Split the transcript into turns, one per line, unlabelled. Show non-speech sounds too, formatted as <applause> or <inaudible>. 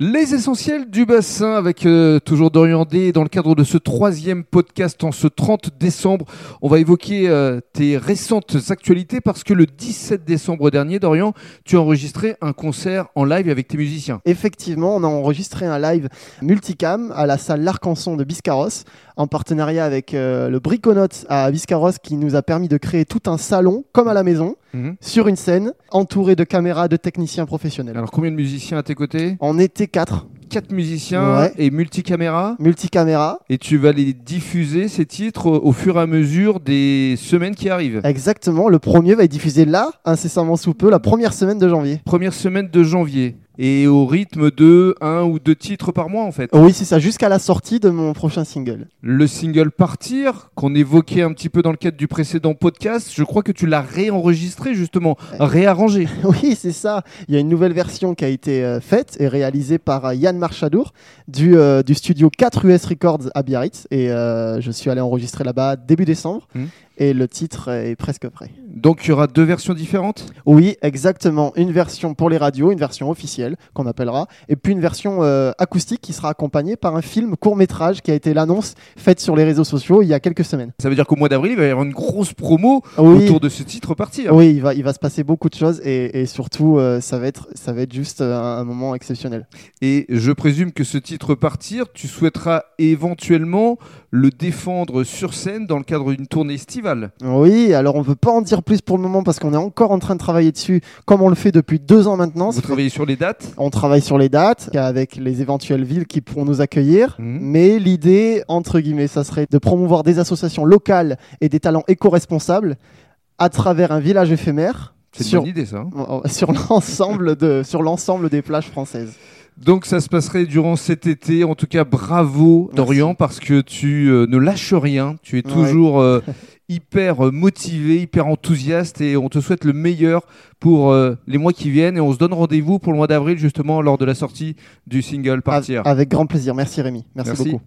Les essentiels du bassin avec euh, toujours Dorian D. Dans le cadre de ce troisième podcast en ce 30 décembre, on va évoquer euh, tes récentes actualités parce que le 17 décembre dernier, Dorian, tu as enregistré un concert en live avec tes musiciens.
Effectivement, on a enregistré un live multicam à la salle L'Arcanson de Biscarros en partenariat avec euh, le Briconote à Biscarros qui nous a permis de créer tout un salon comme à la maison
Mhm.
sur une scène entouré de caméras de techniciens professionnels.
Alors combien de musiciens à tes côtés
On était quatre,
Quatre musiciens
Ouais.
et multicaméra.
multicaméra.
Et tu vas les diffuser ces titres au au fur et à mesure des semaines qui arrivent.
Exactement, le premier va être diffusé là, incessamment sous peu, la première semaine de janvier.
Première semaine de janvier. Et au rythme de un ou deux titres par mois en fait.
Oui, c'est ça, jusqu'à la sortie de mon prochain single.
Le single Partir, qu'on évoquait un petit peu dans le cadre du précédent podcast, je crois que tu l'as réenregistré justement,
Euh,
réarrangé.
<laughs> Oui, c'est ça. Il y a une nouvelle version qui a été euh, faite et réalisée par euh, Yann Marchadour du, euh, du studio 4US Records à Biarritz. Et euh, je suis allé enregistrer là-bas début décembre.
Mhm.
Et le titre est presque prêt.
Donc il y aura deux versions différentes.
Oui, exactement. Une version pour les radios, une version officielle qu'on appellera, et puis une version euh, acoustique qui sera accompagnée par un film court métrage qui a été l'annonce faite sur les réseaux sociaux il y a quelques semaines.
Ça veut dire qu'au mois d'avril, il va y avoir une grosse promo
Oui,
autour de ce titre Partir.
oui il, va, il va se passer beaucoup de choses et, et surtout euh, ça, va être, ça va être juste euh, un, un moment exceptionnel.
Et je présume que ce titre Partir, tu souhaiteras éventuellement le défendre sur scène dans le cadre d'une tournée estivale.
Oui, alors on ne peut pas en dire plus pour le moment parce qu'on est encore en train de travailler dessus comme on le fait depuis deux ans maintenant.
Vous travaillez sur les dates
On travaille sur les dates avec les éventuelles villes qui pourront nous accueillir.
Mhm.
Mais l'idée, entre guillemets, ça serait de promouvoir des associations locales et des talents éco-responsables à travers un village éphémère
C'est une
sur, euh,
bonne idée ça.
<laughs>
hein
sur l'ensemble de, sur l'ensemble des plages françaises.
Donc ça se passerait durant cet été. En tout cas, bravo
Merci.
Dorian parce que tu euh, ne lâches rien. Tu es
Ouais.
toujours
<laughs>
euh, hyper euh, motivé, hyper enthousiaste et on te souhaite le meilleur pour euh, les mois qui viennent. Et on se donne rendez-vous pour le mois d'avril justement lors de la sortie du single Partir.
Avec grand plaisir. Merci Rémi. Merci. beaucoup.